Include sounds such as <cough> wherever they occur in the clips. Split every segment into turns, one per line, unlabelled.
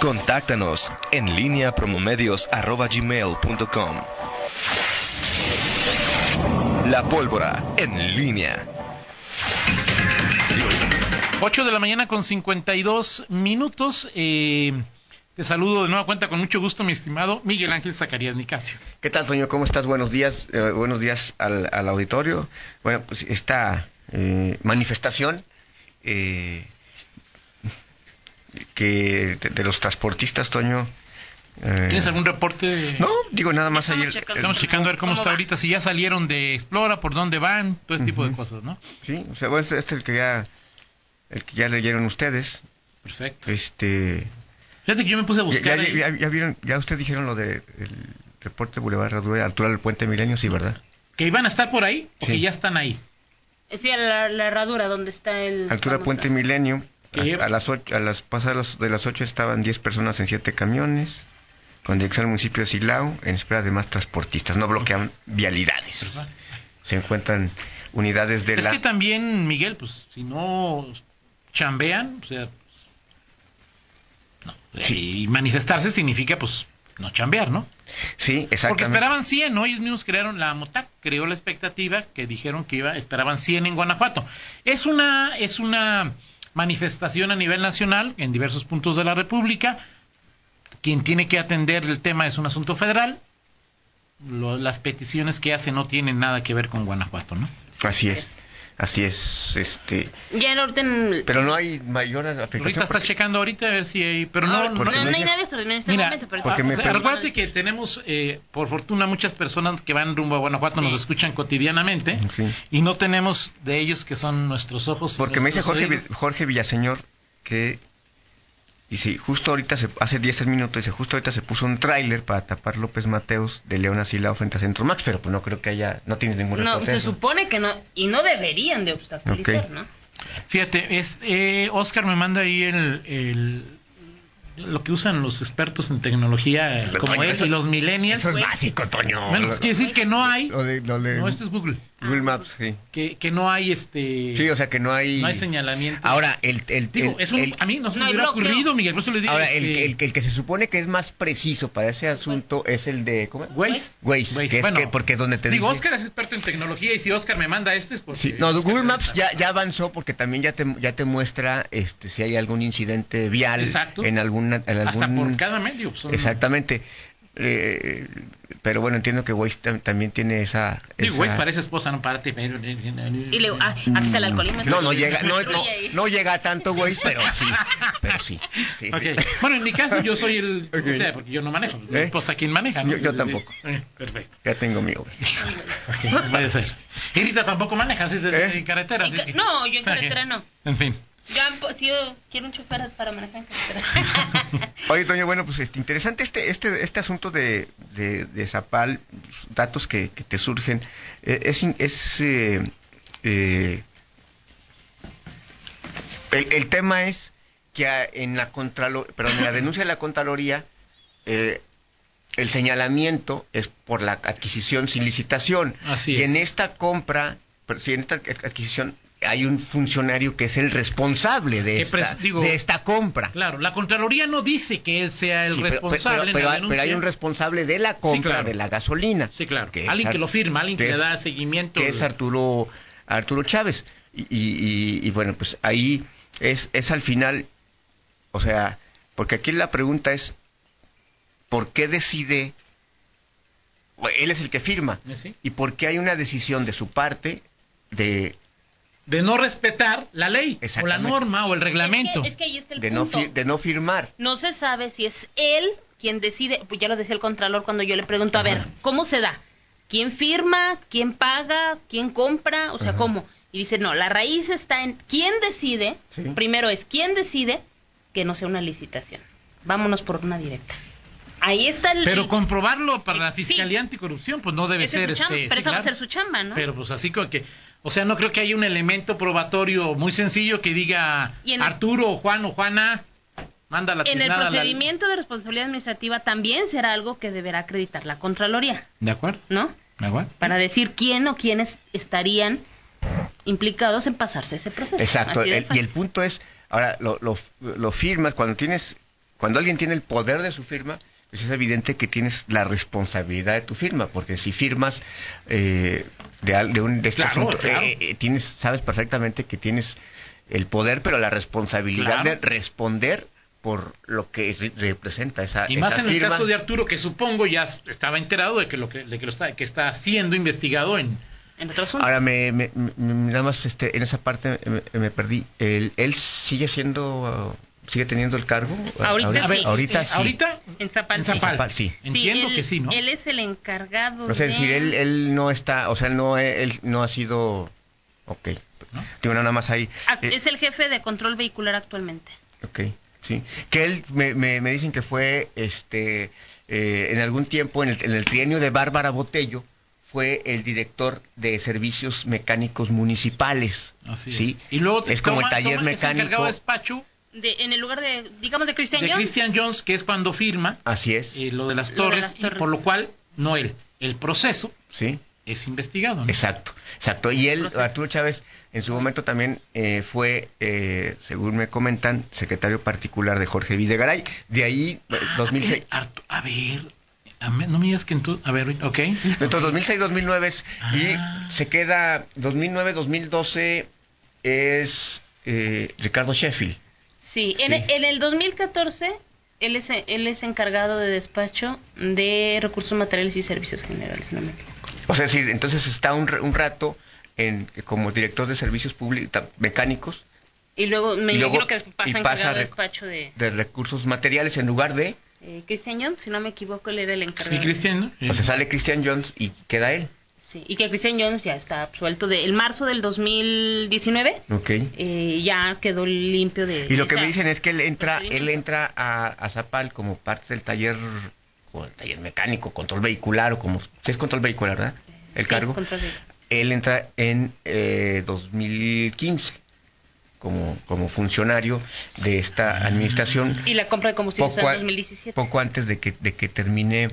Contáctanos en línea promomedios.com. La pólvora en línea.
8 de la mañana con 52 minutos. Eh, te saludo de nueva cuenta con mucho gusto, mi estimado Miguel Ángel Zacarías Nicasio.
¿Qué tal, Toño? ¿Cómo estás? Buenos días. eh, buenos días al, al auditorio. Bueno, pues esta eh, manifestación eh, que de, de los transportistas, Toño. eh,
¿Tienes algún reporte?
No, digo nada más ayer. eh,
Estamos checando a ver cómo, está ahorita, si ya salieron de Explora, por dónde van, todo ese tipo de cosas, ¿no?
sí, o sea, bueno, este, este es el que ya el que ya leyeron ustedes.
Perfecto.
Este
Fíjate que yo me puse a
ya,
buscar.
ya,
ahí.
ya- ya vieron, ya ustedes dijeron lo del reporte Boulevard Radura, altura del puente Milenio, sí, ¿verdad?
¿Que iban a estar por ahí o
Sí.
que ya están ahí?
Eh, Sí, a la, la herradura donde está el...
Altura
famoso-
Puente Milenio.
Que
A,
lleva-
a las ocho, a las pasadas de las 8 estaban 10 personas en 7 camiones con dirección al municipio de Silao en espera de más transportistas. No bloquean vialidades.
¿verdad?
Se encuentran unidades de
Es
la
que también, Miguel, pues si no chambean, o sea. pues, no, Y manifestarse significa, pues, no chambear, ¿no?
Sí,
Porque
exactamente.
esperaban 100, ¿no? Ellos mismos crearon la MOTAC, creó la expectativa que dijeron que iba, esperaban 100 en Guanajuato. Es una, es una manifestación a nivel nacional en diversos puntos de la República. Quien tiene que atender el tema es un asunto federal. Lo- las peticiones que hace no tienen nada que ver con Guanajuato, ¿no?
Así es. Así es, este,
Ya en orden...
pero no hay mayor
Rita
afectación
está
porque-
checando ahorita a ver si hay, pero no,
Ah,
no,
no,
porque
no
me
hay
llega-
nada extraordinario en este
Mira,
momento, pero...
porque me
Pero-
acuérdate que tenemos, eh, por fortuna, muchas personas que van rumbo a Guanajuato nos escuchan cotidianamente
Sí.
y no tenemos de ellos que son nuestros ojos. y
Porque me dice
nuestros
Jorge,
oídos.
Vi- Jorge Villaseñor que dice, justo ahorita, se, hace 10 minutos, dice, justo ahorita se puso un tráiler para tapar López Mateos de León Asilao frente a Centro Max, pero pues no creo que haya, no tiene ningún
No,
reporte.
se supone que no, y no deberían de obstaculizar,
Ok.
¿no?
Fíjate, es, eh, Oscar me manda ahí el, el- lo que usan los expertos en tecnología eh,
Pero,
como
Toño,
es
eso-
y los millennials.
Eso es
güey.
básico, Toño.
Bueno, pues, quiere decir que no hay,
Lo de, lo de
no, esto es Google,
Google Maps, sí.
que, que no hay este,
Sí, o sea que no hay...
no hay señalamiento.
Ahora, el... el,
Digo,
el-
es un-
el-
a mí no se
No
me
hay
hubiera
bloqueo.
ocurrido, Miguel, por eso le digo.
Ahora, el,
este,
que- el que- el que se supone que es más preciso para ese asunto es el de... ¿Cómo? es?
Waze.
Pues,
Waze, que es que- porque es donde te
Digo,
dice-
Oscar es experto en tecnología y si Oscar me manda este es porque...
Sí, no,
Oscar
Google
sabe
Maps
esta
ya,
cosa.
ya avanzó porque también ya te, ya te muestra este, si hay algún incidente vial
Exacto.
en alguna... En algún,
Hasta por cada medio. pues, son-
Exactamente. Eh, pero bueno, entiendo que Waze tam- también tiene esa...
Digo,
esa- Mm.
güey, parece esposa, no párate. pero-
Y luego, ah, aquí está el alcoholismo.
No, no llega, no,
Patrulla
no,
ahí.
no llega a tanto Waze, pero sí, pero sí. sí, sí.
Ok. Bueno, en mi caso yo soy el...
<laughs> Ok.
O sea, porque yo no manejo. Mi
¿Eh?
esposa quien maneja, ¿no?
Yo- yo
Sí, sí,
tampoco.
sí. Eh, Perfecto.
Ya tengo mi Uber.
Ok, Puede ser. Y Rita tampoco maneja, así desde
¿Eh?
en carretera. así
En ca-
que-
no, yo en
Ok.
carretera no.
En fin.
Yo, han po- sí, yo quiero un chofer para manejar en carretera.
Oye, Toño, bueno, pues este, interesante este, este, este asunto de, de, de Zapal, datos que, que te surgen. Eh, es in- es eh, eh, el, el tema es que a- en la contralo- perdón, en la denuncia de la Contraloría, eh, el señalamiento es por la adquisición sin licitación.
Así
y en
es.
esta compra, pero si en esta adquisición hay un funcionario que es el responsable de,
Que
esta,
pres- digo-
de esta compra.
Claro, la Contraloría no dice que él sea el
Sí, pero-
responsable.
Pero,
en
pero-
la
pero hay
denuncia.
un responsable de la compra
claro.
de la gasolina.
Sí, claro.
Que es
alguien que
Ar-
lo firma, alguien que
que
le
es-
da seguimiento.
Que es Arturo, Arturo Chávez. Y, y- y- y bueno, pues ahí es, es al final, o sea, porque aquí la pregunta es, ¿por qué decide? Bueno, Él es el que firma.
¿eh? ¿Sí?
¿Y por qué hay una decisión de su parte de
de no respetar la ley o la
Exactamente.
norma o el reglamento.
Es que, es que ahí está el
de
punto.
no, fir- de no firmar?
No se sabe si es él quien decide, pues ya lo decía el contralor cuando yo le pregunto, a ver, ¿cómo se da? ¿Quién firma? ¿Quién paga? ¿Quién compra? O sea, ¿cómo? Y dice, no, la raíz está en quién decide,
Sí.
primero es quién decide que no sea una licitación. Vámonos por una directa. Ahí está el...
Pero
el- eh,
comprobarlo para la
Sí.
Fiscalía Anticorrupción, pues no debe
ese es
ser
su chamba,
este.
pero
sí,
esa va a
claro.
ser su chamba, ¿no?
Pero pues así como que. O sea, no creo que haya un elemento probatorio muy sencillo que diga
Y en-
Arturo o Juan o Juana, manda la
en el
tiznada a la-
procedimiento de responsabilidad administrativa también será algo que deberá acreditar la Contraloría,
¿De acuerdo?
¿no?
¿De acuerdo?
para decir quién o quiénes estarían implicados en <laughs> pasarse ese proceso.
Exacto.
Así de
el- y
fácil.
el punto es, ahora lo, lo, lo firmas, cuando tienes cuando alguien tiene el poder de su firma, pues es evidente que tienes la responsabilidad de tu firma, porque si firmas eh, de, al- de un de este
Claro,
asunto,
claro.
eh, eh, tienes, sabes perfectamente que tienes el poder, pero la responsabilidad
Claro.
de responder por lo que re- representa esa,
Y más
Ah, esa
en
firma.
el caso de Arturo, que supongo ya s- estaba enterado de que lo que, de que lo está, que está siendo investigado en
En otro asunto.
Ahora, me, me- me- nada más este, en esa parte me, me perdí. El- ¿Él sigue siendo, uh, sigue teniendo el cargo?
Ahorita
A ver,
sí.
Ahorita
eh,
sí.
ahorita
En Zapal,
en
sí.
Zapal.
Zapal, sí.
Entiendo
él-
que sí, ¿no?
Él es el encargado.
O sea,
de-
es decir, él, él no está, o sea, él no, él no ha sido... Ok.
¿No?
Digo, nada más ahí.
Ah,
eh,
Es el jefe de control vehicular actualmente.
Ok, sí. Que él, me, me, me dicen que fue, este, eh, en algún tiempo, en el, en el trienio de Bárbara Botello, fue el director de servicios mecánicos municipales.
Así es.
¿sí?
Y luego
es como
toma-
el taller
toma- es encargado
mecánico.
de despacho
De, en el lugar de, digamos, de Christian
de
Jones.
Christian Jones, que es cuando firma
Así es,
eh, lo de las
Lo de
torres,
las
y
torres.
por lo cual, no él, el proceso
sí.
es investigado. ¿no?
Exacto, exacto. Y él,
Procesos.
Arturo Chávez, en su momento también eh, fue, eh, según me comentan, secretario particular de Jorge Videgaray. De ahí, eh, 2006.
<coughs> Eh, Artu- a ver, a me- no me digas que entonces... A ver, ok.
Entonces 2006-2009 es- y
Ah.
se queda 2009-2012 es eh, Ricardo Sheffield.
Sí, en,
Sí.
en el 2014 él es, él es encargado de despacho de recursos materiales y servicios generales. no me equivoco.
O sea, es decir, entonces está un, r- un rato en, como director de servicios públicos mecánicos
Y luego me
Y luego-
imagino que pasa
y pasa
encargado de
rec-
despacho de
de recursos materiales en lugar de,
eh, Christian Jones, si no me equivoco, él era el encargado.
Sí, Cristian. ¿no?
o sea, sale Christian Jones y queda él.
Sí, y que Christian Jones ya está absuelto de el marzo del 2019.
Ok.
eh, ya quedó limpio de...
Y lo que
o sea,
me dicen es que él entra, él
procedimiento.
entra a, a Zapal como parte del taller, o el taller mecánico, control vehicular o como, si es control vehicular, ¿verdad? El
sí,
cargo.
control de-
Él entra en eh, 2015 como, como funcionario de esta administración.
Y la compra de combustible está
a-
en 2017.
poco antes de que, de que termine,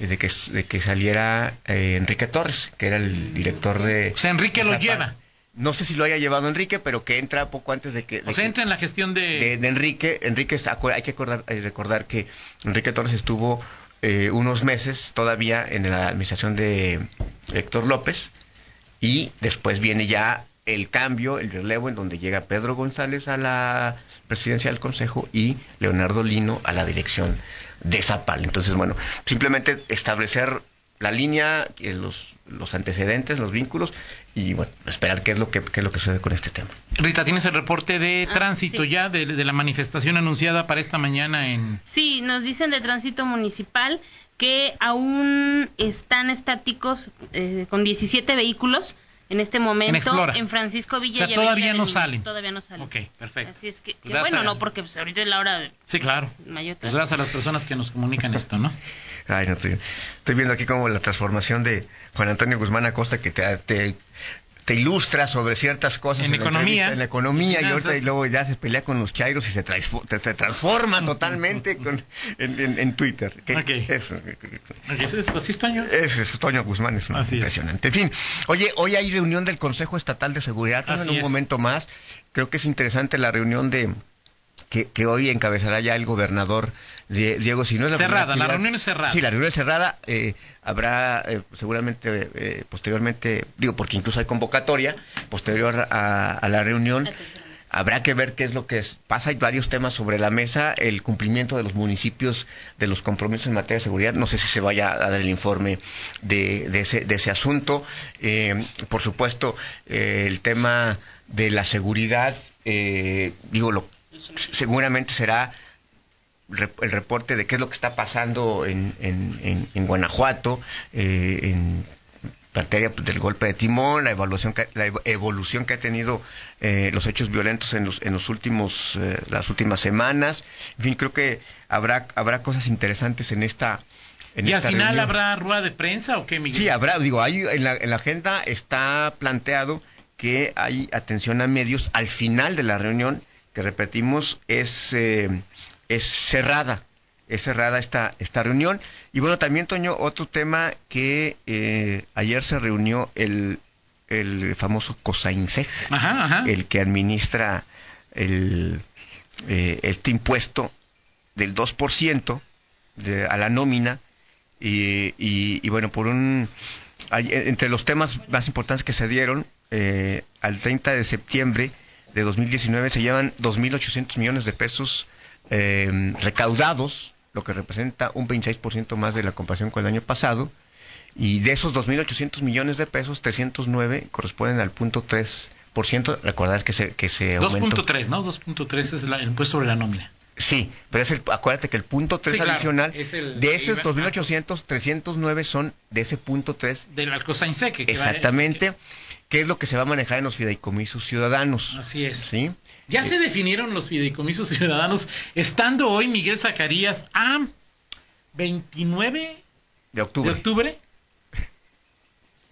eh, de que, s- de que saliera eh, Enrique Torres, que era el director de...
O sea, Enrique
de
lo
Zapal.
lleva.
No sé si lo haya llevado Enrique, pero que entra poco antes de que... de
O sea,
que-
entra en la gestión de...
de, de Enrique. Enrique, está- acu- hay que acordar- eh, recordar que Enrique Torres estuvo eh, unos meses todavía en la administración de Héctor López y después viene ya el cambio, el relevo en donde llega Pedro González a la presidencia del Consejo y Leonardo Lino a la dirección de Zapal. Entonces, bueno, simplemente establecer la línea, eh, los, los antecedentes, los vínculos y bueno, esperar qué es lo que, qué es lo que sucede con este tema.
Rita, tienes el reporte de
Ah,
tránsito
sí.
ya, de, de la manifestación anunciada para esta mañana en...
Sí, nos dicen de tránsito municipal que aún están estáticos eh, con 17 vehículos en este momento
Explora.
en, Francisco
O
Villa.
sea,
y Avenida
todavía no
del-
salen.
Todavía no salen.
Ok, perfecto.
Así es que, que
Gracias
bueno,
a-
no, porque pues, ahorita es la hora de
Sí, claro.
mayor
Pues
tránsito.
gracias a las personas que nos comunican esto, ¿no?
Ay, no, estoy, estoy viendo aquí como la transformación de Juan Antonio Guzmán Acosta que te, te, te ilustra sobre ciertas cosas.
En
la
economía.
entrevista, En la economía y
Finanzas.
ahorita y luego ya se pelea con los chairos y se, transfo- te- se transforma totalmente con, en, en- en Twitter. Que-
Ok.
Eso,
Porque es- es- así está yo.
ese es Toño Guzmán, es un-
Así es.
impresionante. En fin, oye, hoy hay reunión del Consejo Estatal de Seguridad, ¿no?
Así
en un
es.
momento más. Creo que es interesante la reunión de... Que, que hoy encabezará ya el gobernador Die- Diego Sinue. primera
Cerrada, la
actividad-
reunión es cerrada.
Sí, la reunión es cerrada. eh, habrá eh, seguramente eh, posteriormente, digo, porque incluso hay convocatoria, posterior a, a la reunión. Habrá que ver qué es lo que es- pasa. Hay varios temas sobre la mesa. El cumplimiento de los municipios de los compromisos en materia de seguridad. No sé si se vaya a dar el informe de, de ese, de ese asunto. Eh, por supuesto, eh, el tema de la seguridad, eh, digo, lo, seguramente será rep- el reporte de qué es lo que está pasando en, en- en- en Guanajuato, eh, en materia pues, del golpe de timón, la evaluación que, la ev- evolución que ha tenido eh, los hechos violentos en los en los últimos eh, las últimas semanas. En fin, creo que habrá habrá cosas interesantes en esta en
¿Y al
esta
final
reunión.
habrá rueda de prensa o qué, Miguel?
Sí, habrá, digo, hay, en, la, en la agenda está planteado que hay atención a medios al final de la reunión, que repetimos, es, eh, es cerrada, es cerrada esta, esta reunión. Y bueno, también, Toño, otro tema que eh, ayer se reunió el, el famoso COSAINSEG,
Ajá, ajá.
el que administra el, eh, este impuesto del 2% de- a la nómina y, y- y bueno, por un... hay- eh, entre los temas más importantes que se dieron eh, al 30 de septiembre de 2019 se llevan 2.800 millones de pesos eh, recaudados, lo que representa un 26% más de la comparación con el año pasado. Y de esos 2.800 millones de pesos, 309 corresponden al punto 3%. Recordar que se, que se aumentó.
2.3, ¿no? 2.3 es la- el impuesto sobre la nómina.
Sí, pero es el, acuérdate que el punto 3
Sí, claro,
adicional,
es el
de
que
esos
iba-
2.800, 309 son de ese punto 3
Del Alcosainseque. que va-
exactamente, que es lo que se va a manejar en los fideicomisos ciudadanos.
Así es.
¿Sí?
Ya se definieron los fideicomisos ciudadanos, estando hoy Miguel Zacarías a 29
De octubre.
de octubre,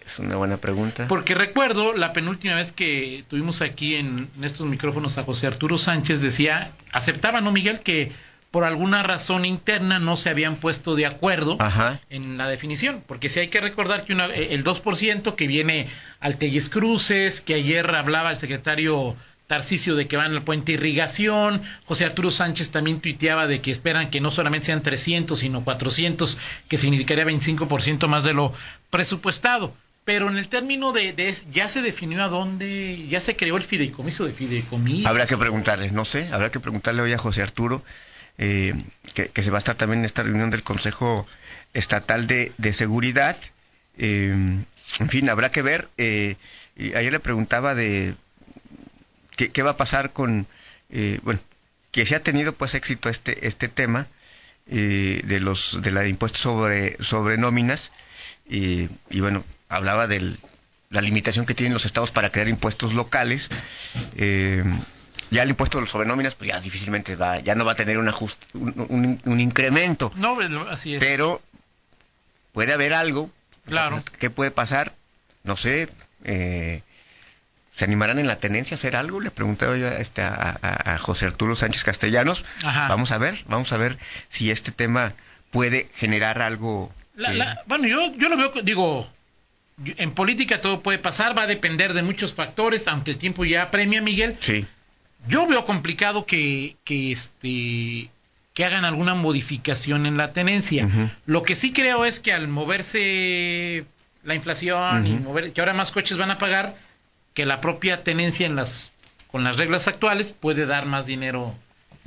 Es una buena pregunta.
porque recuerdo la penúltima vez que tuvimos aquí en, en estos micrófonos a José Arturo Sánchez, decía, aceptaba, ¿no, Miguel? Que por alguna razón interna no se habían puesto de acuerdo
Ajá.
en la definición, porque si hay que recordar que una- eh, el 2% que viene al Telles Cruces, que ayer hablaba el secretario Tarcisio de que van al puente irrigación, José Arturo Sánchez también tuiteaba de que esperan que no solamente sean 300, sino 400, que significaría 25% más de lo presupuestado. Pero en el término de, de es- ya se definió a dónde, ya se creó el fideicomiso de fideicomiso.
Habrá que preguntarle, no sé, habrá que preguntarle hoy a José Arturo, eh, que, que se va a estar también en esta reunión del Consejo Estatal de, de Seguridad. Eh, en fin, habrá que ver. eh, y ayer le preguntaba de qué, qué va a pasar con, eh, bueno, que se ha tenido pues éxito este este tema eh, de los de la impuesto sobre sobre nóminas y, y bueno hablaba de la limitación que tienen los estados para crear impuestos locales eh, ya el impuesto sobre nóminas pues ya difícilmente va ya no va a tener un ajust- un, un- un incremento
No, pues, lo- así es.
pero puede haber algo
Claro.
qué puede pasar no sé eh, se animarán en la tenencia a hacer algo le pregunté hoy a, este, a- a- a José Arturo Sánchez Castellanos
Ajá.
vamos a ver vamos a ver si este tema puede generar algo
La-
eh,
la- bueno, yo, yo lo veo, co- digo, yo- en política todo puede pasar, va a depender de muchos factores, aunque el tiempo ya apremia, Miguel.
sí
Yo veo complicado que, que, este, que hagan alguna modificación en la tenencia.
Ujú.
Lo que sí creo es que al moverse la inflación y mover, que ahora más coches van a pagar, que la propia tenencia en las, con las reglas actuales puede dar más dinero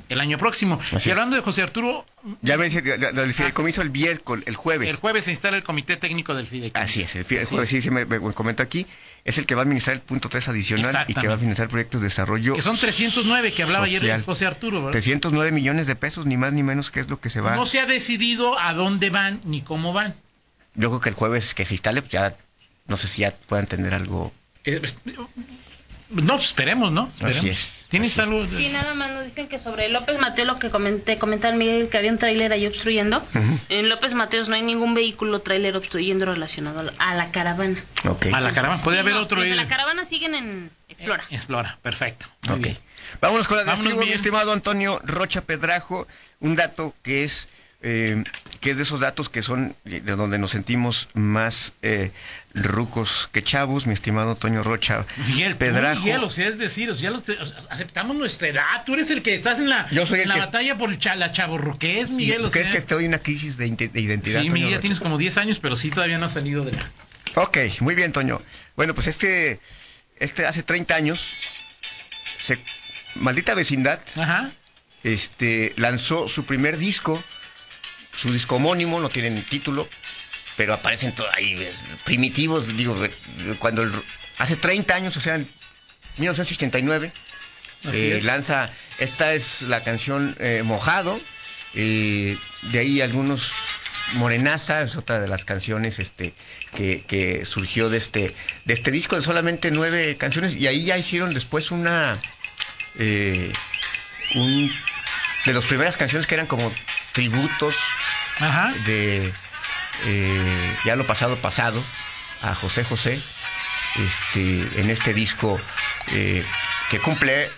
el año próximo.
Así
y
es.
hablando de José Arturo,
ya me dice ya- ya- el fideicomiso el miércoles el jueves
Ah. el jueves se instala el comité técnico del fideicomiso.
Así es, el fi- el
Así
jueves,
es.
sí, sí, me, me comento aquí, es el que va a administrar el punto 3 adicional y que va a
Exactamente.
financiar proyectos de desarrollo.
Que son 309 que hablaba ayer
social.
José Arturo, ¿verdad?
309 millones de pesos, ni más ni menos, que es lo que se va.
No se ha decidido a dónde van ni cómo van.
Yo creo que el jueves que se instale, pues ya, no sé si ya puedan tener algo.
Eh, pues, No, pues, esperemos, ¿no? Esperemos.
Así es,
¿Tienes
así es.
algo?
Sí, nada más nos dicen que sobre López Mateo, lo que comenté, comentaban Miguel, que había un tráiler ahí obstruyendo. En López Mateos no hay ningún vehículo tráiler obstruyendo relacionado a la, a la caravana.
Ok.
A la caravana. Ah, Podría
Sí,
haber
no,
otro.
los de
líder.
la caravana siguen en Explora.
Explora, perfecto. Muy
Ok.
bien.
Vámonos con la
Vámonos,
describo, mi
Miguel.
estimado Antonio Rocha Pedrajo. Un dato que es eh, que es de esos datos que son de donde nos sentimos más eh, rucos que chavos, mi estimado Antonio Rocha
Miguel, tú,
Pedrajo.
Miguel, o sea, es decir, o sea, los- o sea, aceptamos nuestra edad. Tú eres el que estás en la,
Yo soy el
en la
que-
batalla por el cha- la chavorruqués, Miguel. O
¿Crees
sea,
que estoy en una crisis de, inte- de identidad?
¿eh? sí,
Toño
Miguel, ya
Rocha?
tienes como 10 años, pero sí todavía no has salido de la.
Ok, muy bien, Toño. Bueno, pues este, este hace 30 años, se, maldita vecindad,
Ajá.
este, lanzó su primer disco, su disco homónimo, no tiene ni título, pero aparecen to- ahí ves, primitivos, digo, de- de cuando el- hace 30 años, o sea, en 1989,
Así
eh,
es.
lanza, esta es la canción eh, Mojado, eh, de ahí algunos Morenaza, es otra de las canciones este que, que surgió de este, de este disco de solamente nueve canciones, y ahí ya hicieron después una eh, un de las primeras canciones que eran como tributos
Ajá.
de eh, ya lo pasado pasado a José José este en este disco eh, que cumple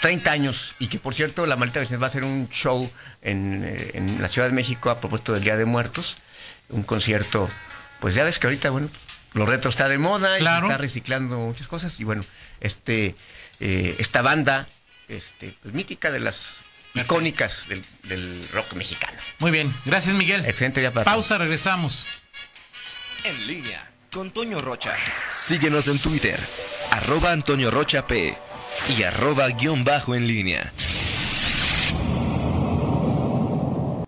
30 años y que por cierto la maldita vecindad va a hacer un show en, eh, en la Ciudad de México a propósito del Día de Muertos un concierto pues ya ves que ahorita bueno lo retro está de moda
Claro.
y se está reciclando muchas cosas y bueno este eh, esta banda este pues, mítica de las
Perfecto.
icónicas del, del rock mexicano.
Muy bien, gracias Miguel.
Excelente día para todos.
Pausa, regresamos.
En línea con Toño Rocha. Síguenos en Twitter, arroba Antonio Rocha P y arroba guión bajo en línea.